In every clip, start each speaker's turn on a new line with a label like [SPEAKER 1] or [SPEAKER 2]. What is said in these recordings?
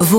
[SPEAKER 1] Vous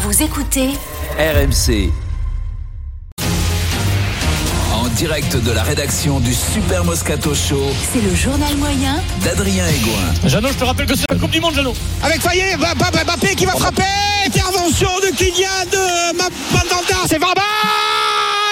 [SPEAKER 1] Vous écoutez
[SPEAKER 2] RMC. En direct de la rédaction du Super Moscato Show
[SPEAKER 1] C'est le journal moyen
[SPEAKER 2] d'Adrien Egoin.
[SPEAKER 3] Jeannot, je te rappelle que c'est la Coupe du Monde, Jeannot.
[SPEAKER 4] Avec Fayet, va- va- va- Mbappé qui va frapper. Intervention de Kylian de Mandanda. C'est Verbal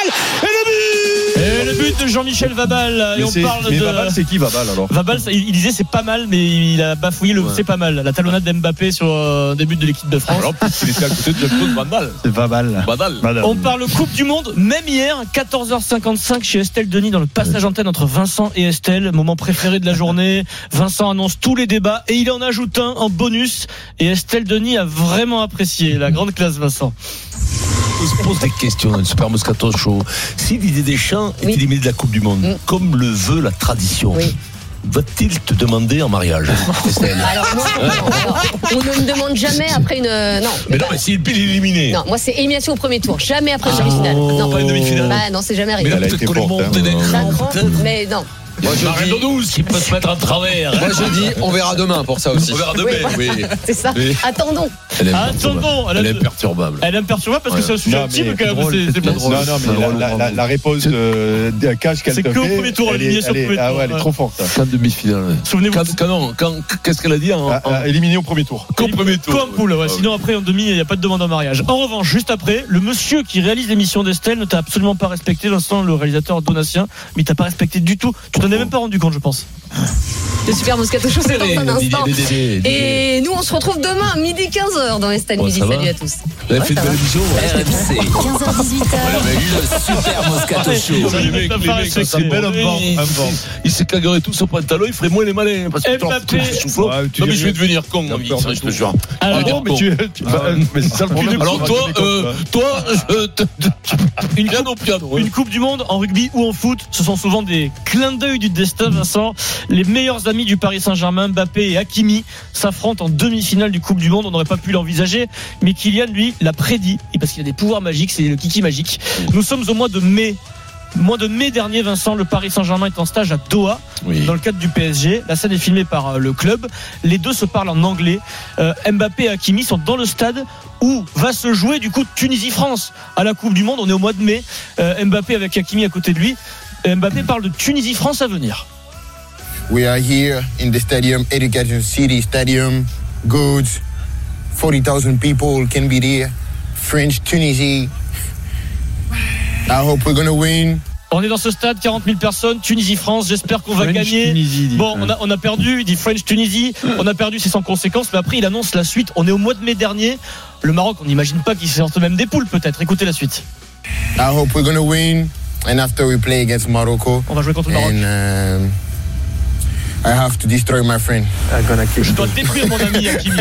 [SPEAKER 4] Et le but
[SPEAKER 3] Et le but de Jean-Michel Vabal. Et
[SPEAKER 5] Mais
[SPEAKER 3] on
[SPEAKER 5] c'est-
[SPEAKER 3] parle
[SPEAKER 5] mais
[SPEAKER 3] de.
[SPEAKER 5] Vabal, c'est qui Vabal alors
[SPEAKER 3] Vabal, ça- il il disait c'est pas mal, mais il a bafouillé le
[SPEAKER 5] Ouais.
[SPEAKER 3] c'est pas mal. La talonnade d'Mbappé sur euh, des buts de l'équipe de France.
[SPEAKER 6] Alors, il était à côté de Claude Vandal.
[SPEAKER 5] C'est Vabal.
[SPEAKER 6] Vandal.
[SPEAKER 5] Madame.
[SPEAKER 3] On parle Coupe du Monde, même hier, 14h55 chez Estelle Denis dans le passage antenne entre Vincent et Estelle, moment préféré de la journée. Vincent annonce tous les débats et il en ajoute un en bonus. Et Estelle Denis a vraiment apprécié la grande classe, Vincent.
[SPEAKER 6] On se pose des questions dans le Super Moscato Show. Si Didier Deschamps est éliminé de la Coupe du Monde, comme le veut la tradition, va-t-il te demander en mariage, Estelle
[SPEAKER 7] Alors moi, alors, on ne me demande jamais après une. euh, non,
[SPEAKER 6] Mais non, mais s'il est éliminé.
[SPEAKER 7] non, moi c'est élimination au premier tour, jamais après une demi-finale. Non,
[SPEAKER 6] Oh. pas une demi-finale.
[SPEAKER 7] Bah non, c'est jamais
[SPEAKER 6] Mais là,
[SPEAKER 7] arrivé.
[SPEAKER 5] Elle a
[SPEAKER 6] peut-être
[SPEAKER 5] été
[SPEAKER 6] que le
[SPEAKER 5] forte, hein.
[SPEAKER 6] Monténégrin,
[SPEAKER 7] J'apprends,
[SPEAKER 6] peut-être.
[SPEAKER 7] mais non.
[SPEAKER 6] Il y a Marin Donous qui peut se mettre à travers.
[SPEAKER 8] Moi je dis on verra demain pour ça aussi.
[SPEAKER 6] On verra demain.
[SPEAKER 8] Oui.
[SPEAKER 7] C'est ça.
[SPEAKER 6] Oui.
[SPEAKER 7] Attendons.
[SPEAKER 6] Elle est imperturbable.
[SPEAKER 3] Attendons, Ah, elle
[SPEAKER 6] Elle est
[SPEAKER 3] a-
[SPEAKER 6] imperturbable.
[SPEAKER 3] elle aime perturber parce que c'est un sujet
[SPEAKER 5] Non,
[SPEAKER 3] intime
[SPEAKER 5] mais
[SPEAKER 3] quand même.
[SPEAKER 5] drôle,
[SPEAKER 3] c'est- c'est
[SPEAKER 5] Non,
[SPEAKER 3] bon.
[SPEAKER 5] non, mais la, la- la- la réponse de, de Cash qu'elle
[SPEAKER 3] C'est
[SPEAKER 5] te
[SPEAKER 3] que au
[SPEAKER 5] fait,
[SPEAKER 3] premier tour,
[SPEAKER 5] elle est,
[SPEAKER 3] élimination
[SPEAKER 5] elle est-
[SPEAKER 3] au premier
[SPEAKER 5] ah
[SPEAKER 3] tour,
[SPEAKER 5] ouais, elle est
[SPEAKER 3] ouais.
[SPEAKER 5] trop forte.
[SPEAKER 6] Quand demi-finale.
[SPEAKER 3] Souvenez-vous.
[SPEAKER 6] Quand- quand- non, quand- Qu'est-ce qu'elle a dit en-
[SPEAKER 5] Ah,
[SPEAKER 6] en-
[SPEAKER 5] ah, éliminée au premier tour.
[SPEAKER 6] Qu'au premier tour.
[SPEAKER 3] Comme poule, ouais. Sinon, après, en demi, il n'y a pas de demande en mariage. En revanche, juste après, le monsieur qui réalise l'émission d'Estelle ne t'a absolument pas respecté, Vincent, le réalisateur donatien, mais il t'a pas respecté du tout. Tu t'en es même pas rendu compte, je pense.
[SPEAKER 7] Le super Moscato Show, c'est dans un
[SPEAKER 6] Didier,
[SPEAKER 7] instant.
[SPEAKER 6] Didier, Didier, Didier.
[SPEAKER 7] Et nous, on se retrouve demain, midi 15h dans Estan
[SPEAKER 6] Bon,
[SPEAKER 7] Midi.
[SPEAKER 6] Oh, ça va
[SPEAKER 7] Salut à tous.
[SPEAKER 6] Vous avez
[SPEAKER 7] Ouais,
[SPEAKER 6] fait de
[SPEAKER 7] ça va.
[SPEAKER 6] belles émissions, ouais.
[SPEAKER 2] RMC.
[SPEAKER 1] 15h18h.
[SPEAKER 2] Le Super Moscato Show.
[SPEAKER 3] Les mecs, les mecs, ça, ça
[SPEAKER 5] C'est belle
[SPEAKER 3] bon.
[SPEAKER 5] un vent,
[SPEAKER 3] Et-
[SPEAKER 5] un vent.
[SPEAKER 6] Il se claquerait tout son pantalon, il ferait moins les malins. Parce que
[SPEAKER 3] Mbappé.
[SPEAKER 6] tu souffles.
[SPEAKER 5] Ouais, tu
[SPEAKER 6] Non, mais
[SPEAKER 5] dis-
[SPEAKER 6] je vais devenir con,
[SPEAKER 5] T'as
[SPEAKER 6] mon ami,
[SPEAKER 5] peur de
[SPEAKER 6] je te
[SPEAKER 5] tout.
[SPEAKER 6] jure.
[SPEAKER 3] Alors,
[SPEAKER 6] Ah,
[SPEAKER 5] Mais tu, tu vas- mais c'est ça le problème.
[SPEAKER 6] Alors toi,
[SPEAKER 5] Tu vas
[SPEAKER 6] euh,
[SPEAKER 5] raconter
[SPEAKER 6] toi, je te- te-
[SPEAKER 3] une, coupe,
[SPEAKER 6] piano, piano.
[SPEAKER 3] une Coupe du Monde en rugby ou en foot, ce sont souvent des clins d'œil du destin, Vincent. Les meilleurs amis du Paris Saint-Germain, Mbappé et Hakimi, s'affrontent en demi-finale du Coupe du Monde. On n'aurait pas pu l'envisager, mais Kylian, lui, l'a prédit. Et parce qu'il a des pouvoirs magiques, c'est le kiki magique. Nous sommes au mois de mai. Mois de mai dernier, Vincent, le Paris Saint-Germain est en stage à Doha
[SPEAKER 6] Oui.
[SPEAKER 3] dans le cadre du PSG. La scène est filmée par euh, le club. Les deux se parlent en anglais. Euh, Mbappé et Hakimi sont dans le stade où va se jouer du coup Tunisie-France à la Coupe du Monde. On est au mois de mai. Euh, Mbappé avec Hakimi à côté de lui. Euh, Mbappé parle de Tunisie-France à venir.
[SPEAKER 9] We are here in the stadium, Education City Stadium. Good. 40,000 people can be there. French Tunisia. I hope we're going to win.
[SPEAKER 3] On est dans ce stade, 40 000 personnes, Tunisie-France. J'espère qu'on va
[SPEAKER 5] French
[SPEAKER 3] gagner.
[SPEAKER 5] Tunisie, dit.
[SPEAKER 3] Bon, on a, on a perdu, il dit French Tunisie, on a perdu, c'est sans conséquence, mais après il annonce la suite. On est au mois de mai dernier. Le Maroc, on n'imagine pas qu'il sorte même des poules peut-être. Écoutez la suite.
[SPEAKER 9] I hope we're going to win. And after we play against Morocco.
[SPEAKER 3] On va jouer contre le Maroc.
[SPEAKER 9] And um, I have to destroy my friend.
[SPEAKER 3] Je dois détruire mon ami Hakimi.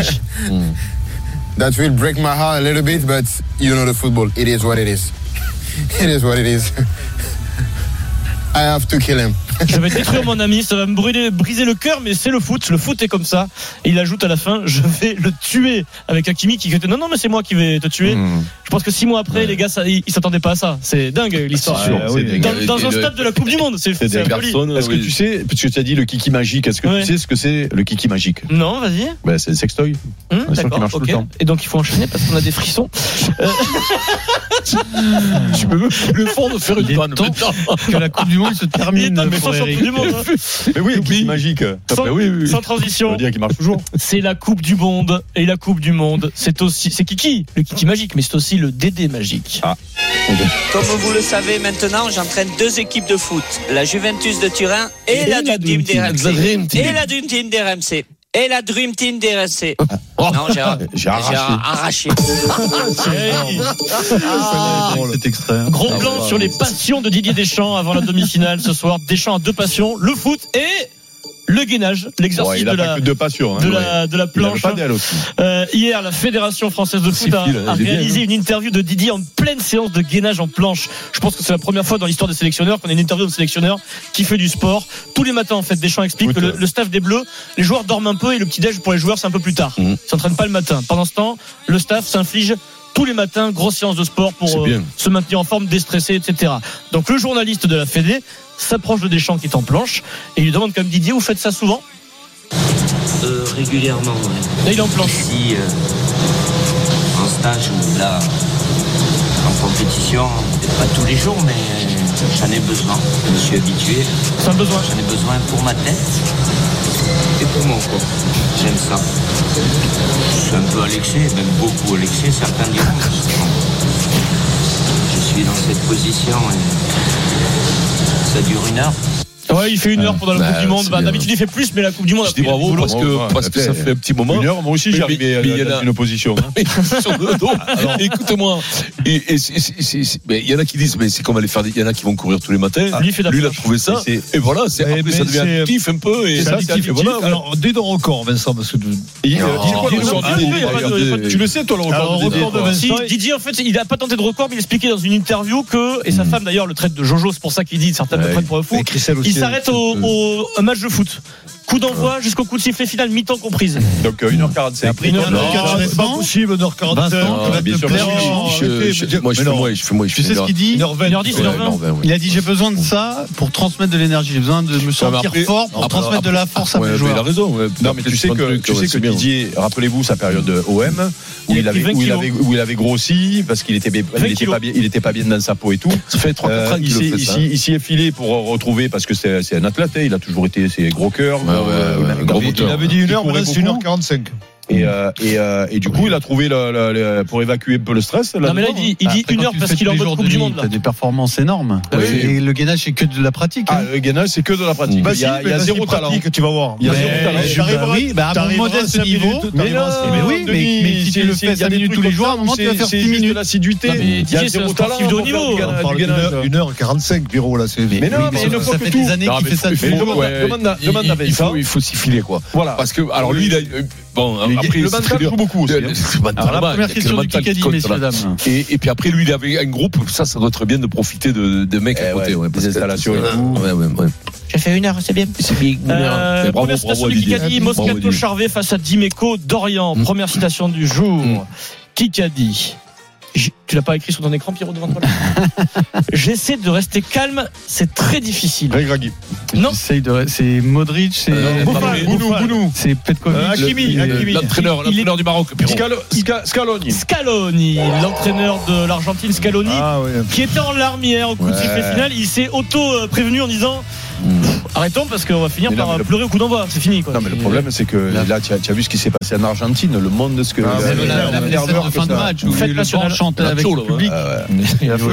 [SPEAKER 9] That will break my heart a little bit, but you know the football. It is what it is. It is what it is. I have to kill him.
[SPEAKER 3] Je vais détruire mon ami, ça va me brûler, briser le cœur, mais c'est le foot. Le foot est comme ça. Et il ajoute à la fin, je vais le tuer avec Hakimi qui était non non mais c'est moi qui vais te tuer.
[SPEAKER 5] Hmm.
[SPEAKER 3] Je pense que six mois après, les gars, ça, ils ils s'attendaient pas à ça. C'est dingue l'histoire. Euh,
[SPEAKER 5] sûr,
[SPEAKER 6] Ah,
[SPEAKER 5] c'est
[SPEAKER 6] oui.
[SPEAKER 5] dingue.
[SPEAKER 3] Dans, dans un stade de la Coupe du Monde, c'est c'est
[SPEAKER 5] C'est des euh.
[SPEAKER 3] folie.
[SPEAKER 5] personnes, Est-ce que tu sais, puisque tu as dit le kiki magique, est-ce que
[SPEAKER 3] Ouais.
[SPEAKER 5] tu sais ce que c'est le kiki magique
[SPEAKER 3] Non, vas-y. Hum,
[SPEAKER 5] ben, C'est le sextoy. sûr qu'il
[SPEAKER 3] D'accord.
[SPEAKER 5] marche tout
[SPEAKER 3] Ok.
[SPEAKER 5] le temps.
[SPEAKER 3] Et donc il faut enchaîner parce qu'on a des frissons. Euh.
[SPEAKER 6] tu peux le fond de faire
[SPEAKER 3] Il est
[SPEAKER 6] une panne.
[SPEAKER 3] temps.
[SPEAKER 5] Que la Coupe du Monde se
[SPEAKER 3] Il est temps de faire champion du monde. hein.
[SPEAKER 5] Mais oui, le kiki magique. Ah,
[SPEAKER 3] Sans-
[SPEAKER 5] ben oui, oui, oui.
[SPEAKER 3] Sans
[SPEAKER 5] Ça
[SPEAKER 3] transition.
[SPEAKER 5] veut dire qu'il marche toujours.
[SPEAKER 3] C'est la Coupe du Monde et la Coupe du Monde, c'est aussi c'est Kiki, le Kiki magique, mais c'est aussi le Dédé magique.
[SPEAKER 10] Comme vous le savez maintenant, j'entraîne deux équipes de foot, la Juventus de Turin et, la, Dream Team d'RMC. Et la Dream Team d'RMC. Et la Dream Team d'RMC. Non, j'ai
[SPEAKER 5] J'ai arraché.
[SPEAKER 10] j'ai arraché.
[SPEAKER 5] Ah,
[SPEAKER 3] Hey.
[SPEAKER 5] Cet extrait.
[SPEAKER 3] Ah, Gros plan sur les passions de Didier Deschamps avant la demi-finale ce soir. Deschamps a deux passions, le foot et le gainage,
[SPEAKER 5] Ouais,
[SPEAKER 3] l'exercice
[SPEAKER 5] il a
[SPEAKER 3] de,
[SPEAKER 5] pas
[SPEAKER 3] la,
[SPEAKER 5] que deux pas sûrs, hein,
[SPEAKER 3] de,
[SPEAKER 5] ouais.
[SPEAKER 3] la, de la
[SPEAKER 5] Il avait
[SPEAKER 3] planche.
[SPEAKER 5] pas d'aile aussi.
[SPEAKER 3] Euh, hier, la Fédération française de
[SPEAKER 5] C'est
[SPEAKER 3] foot a,
[SPEAKER 5] fil,
[SPEAKER 3] a
[SPEAKER 5] j'ai bien hein.
[SPEAKER 3] réalisé
[SPEAKER 5] vu.
[SPEAKER 3] une interview de Didier en pleine séance de gainage en planche. Je pense que c'est la première fois dans l'histoire des sélectionneurs qu'on a une interview de sélectionneur qui fait du sport. Tous les matins, en fait, Deschamps explique que
[SPEAKER 5] euh.
[SPEAKER 3] le, le staff des Bleus, les joueurs dorment un peu et le petit-déj pour les joueurs, c'est un peu plus tard.
[SPEAKER 5] Mmh.
[SPEAKER 3] Ils s'entraînent pas le matin. Pendant ce temps, le staff s'inflige tous les matins, grosse séance de sport pour euh,
[SPEAKER 6] bien.
[SPEAKER 3] se maintenir en forme, déstresser, etc. Donc le journaliste de la Fédé s'approche de Deschamps qui est en planche et il lui demande comme Didier, vous faites ça souvent
[SPEAKER 11] Euh, régulièrement. ouais.
[SPEAKER 3] Là, il est en planche.
[SPEAKER 11] Ici, euh, en stage ou là, en compétition, peut-être pas tous les jours, mais j'en ai besoin. Je suis habitué.
[SPEAKER 3] C'est un besoin.
[SPEAKER 11] J'en ai besoin pour ma tête et pour mon corps. J'aime ça. Je suis un peu à l'excès, même beaucoup à l'excès, certains diront. Je suis dans cette position et ça dure une heure.
[SPEAKER 3] Ouais, il fait une heure pendant la
[SPEAKER 11] Bah,
[SPEAKER 3] Coupe du Monde.
[SPEAKER 11] c'est
[SPEAKER 3] Bah,
[SPEAKER 11] bien.
[SPEAKER 3] D'habitude, il fait plus, mais la Coupe du Monde.
[SPEAKER 6] Je dis
[SPEAKER 3] après, il a
[SPEAKER 6] bravo
[SPEAKER 3] du boulot.
[SPEAKER 6] parce que, parce que ça fait un petit moment.
[SPEAKER 5] Une heure, moi aussi,
[SPEAKER 6] Mais-
[SPEAKER 5] j'arrivais à
[SPEAKER 6] mais il y en a-
[SPEAKER 5] dans une opposition. hein.
[SPEAKER 6] Sur le dos. Alors, Écoute-moi. Et- et c'est- c'est- c'est- c'est- mais Il y en a qui disent, mais c'est comme aller faire. des- Il y en a qui vont courir tous les matins.
[SPEAKER 3] Lui, il fait de la
[SPEAKER 6] Lui, il a
[SPEAKER 3] planche.
[SPEAKER 6] trouvé ça.
[SPEAKER 5] Et
[SPEAKER 6] Et voilà, c'est-
[SPEAKER 12] Mais-
[SPEAKER 6] après,
[SPEAKER 12] mais
[SPEAKER 6] ça devient
[SPEAKER 12] c'est-
[SPEAKER 6] actif un peu. Et
[SPEAKER 12] C'est
[SPEAKER 6] ça,
[SPEAKER 12] addictif,
[SPEAKER 6] voilà.
[SPEAKER 12] addictif. Alors, dès dans record, Vincent, parce que.
[SPEAKER 6] Il-
[SPEAKER 12] Non.
[SPEAKER 6] euh, dis quoi, le
[SPEAKER 12] Non,
[SPEAKER 6] record
[SPEAKER 12] non,
[SPEAKER 6] Didier,
[SPEAKER 12] non,
[SPEAKER 6] il a
[SPEAKER 12] regardez.
[SPEAKER 6] regardé-
[SPEAKER 12] Tu le sais, toi, le record
[SPEAKER 3] Alors,
[SPEAKER 12] de Didier,
[SPEAKER 3] record de
[SPEAKER 12] toi.
[SPEAKER 3] Vincent, Si, Didier, en fait, il n'a pas tenté de record, mais il expliquait dans une interview que, et
[SPEAKER 6] Hmm.
[SPEAKER 3] sa femme d'ailleurs le traite de Jojo, c'est pour ça qu'il dit, certains le
[SPEAKER 12] Ouais.
[SPEAKER 3] prennent pour un fou.
[SPEAKER 12] Et Christelle aussi,
[SPEAKER 3] il s'arrête
[SPEAKER 12] elle,
[SPEAKER 3] au,
[SPEAKER 12] euh,
[SPEAKER 3] au- un match de foot. Coup d'envoi jusqu'au coup de sifflet final, mi-temps comprise.
[SPEAKER 5] Donc, euh, 1h45.
[SPEAKER 12] Après, une heure
[SPEAKER 5] Non,
[SPEAKER 12] quarante, c'est pas possible, une heure quarante,
[SPEAKER 6] Vincent,
[SPEAKER 12] tu vas
[SPEAKER 6] bien
[SPEAKER 12] te
[SPEAKER 6] sûr,
[SPEAKER 12] plaire,
[SPEAKER 6] moi, je-
[SPEAKER 12] non,
[SPEAKER 6] je-
[SPEAKER 12] arrêtez,
[SPEAKER 6] je-
[SPEAKER 12] mais-
[SPEAKER 6] moi, je
[SPEAKER 12] mais
[SPEAKER 6] fais
[SPEAKER 12] non.
[SPEAKER 6] moi, je fais moi, je
[SPEAKER 12] Tu
[SPEAKER 6] fais
[SPEAKER 12] sais ce
[SPEAKER 6] une
[SPEAKER 12] qu'il dit
[SPEAKER 6] heure vingt.
[SPEAKER 12] Une heure dix, une
[SPEAKER 6] Ouais,
[SPEAKER 12] heure vingt.
[SPEAKER 6] une heure vingt, ouais.
[SPEAKER 12] Il a dit j'ai besoin de ça pour transmettre de l'énergie, j'ai besoin de me
[SPEAKER 6] mais
[SPEAKER 12] sentir
[SPEAKER 6] après-
[SPEAKER 12] fort pour
[SPEAKER 6] après-
[SPEAKER 12] transmettre de la force à
[SPEAKER 6] ouais,
[SPEAKER 12] mes
[SPEAKER 6] mais
[SPEAKER 12] joueurs.
[SPEAKER 6] Il a raison. ouais.
[SPEAKER 5] Non mais tu sais que, tu sais que Didier, rappelez-vous sa période de OM où
[SPEAKER 3] Il a pris
[SPEAKER 5] il, avait,
[SPEAKER 3] 20
[SPEAKER 5] où, il
[SPEAKER 3] kilos.
[SPEAKER 5] avait, où il avait grossi parce qu'il était, bé- il
[SPEAKER 3] 20
[SPEAKER 5] était
[SPEAKER 3] kilos.
[SPEAKER 5] pas bien, il était pas bien dans sa peau et tout. Euh,
[SPEAKER 6] Ça fait 3-4 ans
[SPEAKER 5] il
[SPEAKER 6] qu'il le
[SPEAKER 5] s'est-
[SPEAKER 6] fait,
[SPEAKER 5] il
[SPEAKER 6] ça. hein.
[SPEAKER 5] s'y- il s'y est filé pour retrouver parce que c'est c'est un athlète, hein, il a toujours été c'est gros cœur.
[SPEAKER 6] Ouais, ouais, ouais,
[SPEAKER 5] il avait-
[SPEAKER 6] un gros
[SPEAKER 5] il
[SPEAKER 6] moteur. hein.
[SPEAKER 5] avait
[SPEAKER 12] dit une
[SPEAKER 5] il
[SPEAKER 12] heure, mais
[SPEAKER 5] courait
[SPEAKER 12] là, c'est une
[SPEAKER 5] beaucoup.
[SPEAKER 12] heure 45.
[SPEAKER 5] Et, euh, et, euh, et du coup, il a trouvé le, le- le- pour évacuer un peu le stress. hein.
[SPEAKER 3] Non, mais là, il dit, il dit
[SPEAKER 12] Après,
[SPEAKER 3] une
[SPEAKER 12] quand
[SPEAKER 3] heure
[SPEAKER 12] tu
[SPEAKER 3] parce
[SPEAKER 12] fais
[SPEAKER 3] qu'il est
[SPEAKER 12] tous
[SPEAKER 3] en
[SPEAKER 12] les
[SPEAKER 3] mode
[SPEAKER 12] jours
[SPEAKER 3] Coupe
[SPEAKER 12] de
[SPEAKER 3] du
[SPEAKER 12] nuit,
[SPEAKER 3] Monde. là.
[SPEAKER 12] T'as des performances énormes.
[SPEAKER 5] Oui.
[SPEAKER 12] Et le gainage, c'est que de la pratique.
[SPEAKER 5] Ah,
[SPEAKER 12] hein.
[SPEAKER 5] le gainage, c'est que de la pratique.
[SPEAKER 12] Bah
[SPEAKER 5] il y a,
[SPEAKER 12] si,
[SPEAKER 5] il y a
[SPEAKER 12] mais
[SPEAKER 5] zéro
[SPEAKER 12] parce qu'il
[SPEAKER 5] pratique,
[SPEAKER 12] pratique.
[SPEAKER 5] tu vas voir. Il y a
[SPEAKER 12] Mais
[SPEAKER 5] zéro talent.
[SPEAKER 12] je- bah oui, bah à mon
[SPEAKER 5] T'arriveras
[SPEAKER 12] modeste
[SPEAKER 5] cinq
[SPEAKER 12] niveau.
[SPEAKER 5] minutes,
[SPEAKER 12] Mais
[SPEAKER 5] t'arriveras
[SPEAKER 12] non,
[SPEAKER 5] cinq
[SPEAKER 12] mais
[SPEAKER 5] minutes.
[SPEAKER 12] oui, mais-
[SPEAKER 5] Denis,
[SPEAKER 12] mais si tu
[SPEAKER 5] c'est-
[SPEAKER 12] le
[SPEAKER 5] c'est-
[SPEAKER 12] fais
[SPEAKER 5] il y a
[SPEAKER 12] cinq
[SPEAKER 5] des
[SPEAKER 12] minutes
[SPEAKER 5] trucs
[SPEAKER 12] tous les
[SPEAKER 5] comme
[SPEAKER 12] jours,
[SPEAKER 5] ça
[SPEAKER 12] à un moment,
[SPEAKER 5] où
[SPEAKER 12] tu vas
[SPEAKER 5] c'est-
[SPEAKER 12] faire
[SPEAKER 5] c'est
[SPEAKER 12] six
[SPEAKER 5] juste
[SPEAKER 12] minutes.
[SPEAKER 5] de l'assiduité.
[SPEAKER 3] Non, mais
[SPEAKER 5] Il y a
[SPEAKER 3] Didier, c'est
[SPEAKER 5] zéro
[SPEAKER 3] un
[SPEAKER 5] talent.
[SPEAKER 3] sportif de haut
[SPEAKER 5] pour faire
[SPEAKER 3] niveau.
[SPEAKER 5] du
[SPEAKER 12] On
[SPEAKER 5] gana-
[SPEAKER 12] parle
[SPEAKER 5] du
[SPEAKER 12] d'une
[SPEAKER 5] gainage.
[SPEAKER 12] heure- Une heure 45, Biro, là. c'est-
[SPEAKER 5] Mais non,
[SPEAKER 12] oui,
[SPEAKER 5] mais
[SPEAKER 12] ça-
[SPEAKER 5] une fois
[SPEAKER 12] Ça
[SPEAKER 5] que
[SPEAKER 12] fait
[SPEAKER 5] tout-
[SPEAKER 12] des années
[SPEAKER 6] Non,
[SPEAKER 12] qu'il
[SPEAKER 6] mais
[SPEAKER 12] fait ça.
[SPEAKER 6] il
[SPEAKER 12] depuis
[SPEAKER 6] faut-
[SPEAKER 12] longtemps.
[SPEAKER 6] ouais.
[SPEAKER 5] Demande à-
[SPEAKER 6] Il-
[SPEAKER 5] demande à
[SPEAKER 6] il- Il
[SPEAKER 5] Vincent.
[SPEAKER 6] faut, il faut s'y filer, quoi.
[SPEAKER 5] Voilà.
[SPEAKER 6] Parce que, alors lui, il a, bon,
[SPEAKER 5] Mais
[SPEAKER 6] après,
[SPEAKER 5] le
[SPEAKER 6] c'est
[SPEAKER 5] mental
[SPEAKER 6] très bien.
[SPEAKER 5] joue beaucoup aussi,
[SPEAKER 6] Le-
[SPEAKER 5] hein.
[SPEAKER 6] c'est pas
[SPEAKER 12] Alors, la
[SPEAKER 6] normal,
[SPEAKER 12] première
[SPEAKER 6] c'est
[SPEAKER 12] question
[SPEAKER 6] le
[SPEAKER 12] du
[SPEAKER 6] mental qui
[SPEAKER 12] Kikadi,
[SPEAKER 6] compte,
[SPEAKER 12] messieurs,
[SPEAKER 6] là.
[SPEAKER 12] dames.
[SPEAKER 6] Et, et puis après, lui, il avait un groupe, ça, ça doit être bien de profiter de, de mecs à
[SPEAKER 5] Eh
[SPEAKER 6] côté,
[SPEAKER 5] ouais,
[SPEAKER 6] ouais. parce
[SPEAKER 5] des
[SPEAKER 6] que-
[SPEAKER 5] installations et
[SPEAKER 6] Ouais,
[SPEAKER 5] tout.
[SPEAKER 6] ouais, ouais, ouais.
[SPEAKER 3] J'ai fait une heure, c'est bien.
[SPEAKER 6] C'est bien.
[SPEAKER 3] Euh,
[SPEAKER 6] Mais bravo,
[SPEAKER 3] première
[SPEAKER 6] bravo
[SPEAKER 3] citation
[SPEAKER 6] à
[SPEAKER 3] du
[SPEAKER 6] Didier.
[SPEAKER 3] Kikadi,
[SPEAKER 6] Bravo à
[SPEAKER 3] Moscato
[SPEAKER 6] Didier.
[SPEAKER 3] Charvet face à Dimeco Dorian. Première citation du jour. Kikadi. J- Tu l'as pas écrit sur ton écran, Pierrot, devant toi là J'essaie de rester calme, c'est très difficile.
[SPEAKER 5] Greg Ragui.
[SPEAKER 3] Non.
[SPEAKER 12] J'essaye de- C'est Modric, c'est.
[SPEAKER 6] Euh,
[SPEAKER 5] Bouffal,
[SPEAKER 6] Mbappé,
[SPEAKER 5] Bounou, Bounou.
[SPEAKER 12] C'est Petkovic.
[SPEAKER 5] Euh, Hakimi,
[SPEAKER 12] Et-
[SPEAKER 5] Hakimi.
[SPEAKER 6] L'entraîneur,
[SPEAKER 3] Il- il est-
[SPEAKER 6] l'entraîneur du Maroc, Pierrot.
[SPEAKER 5] Scalo- Sca- Scalogne.
[SPEAKER 3] Scaloni, l'entraîneur de l'Argentine Scaloni,
[SPEAKER 12] Ah ouais.
[SPEAKER 3] qui était en larmes hier au coup de
[SPEAKER 5] Ouais. Hmm.
[SPEAKER 3] sifflet final, il s'est auto-prévenu en disant Arrêtons parce qu'on va finir
[SPEAKER 5] Mais non,
[SPEAKER 3] par
[SPEAKER 5] mais le-
[SPEAKER 3] pleurer au coup d'envoi, c'est fini. Quoi.
[SPEAKER 5] Non mais le problème c'est que là tu as, tu as vu ce qui s'est passé en Argentine, le monde de ce que
[SPEAKER 12] Ah, mais la-
[SPEAKER 5] la- la- la-
[SPEAKER 12] la-
[SPEAKER 5] l'ardeur
[SPEAKER 12] la
[SPEAKER 5] que
[SPEAKER 12] fin de
[SPEAKER 5] ça-
[SPEAKER 12] match où
[SPEAKER 3] Fête
[SPEAKER 12] le
[SPEAKER 3] nationale.
[SPEAKER 12] chante avec
[SPEAKER 6] Nacho,
[SPEAKER 12] le
[SPEAKER 6] là,
[SPEAKER 12] public.
[SPEAKER 5] Ah ouais.
[SPEAKER 12] Il a fallu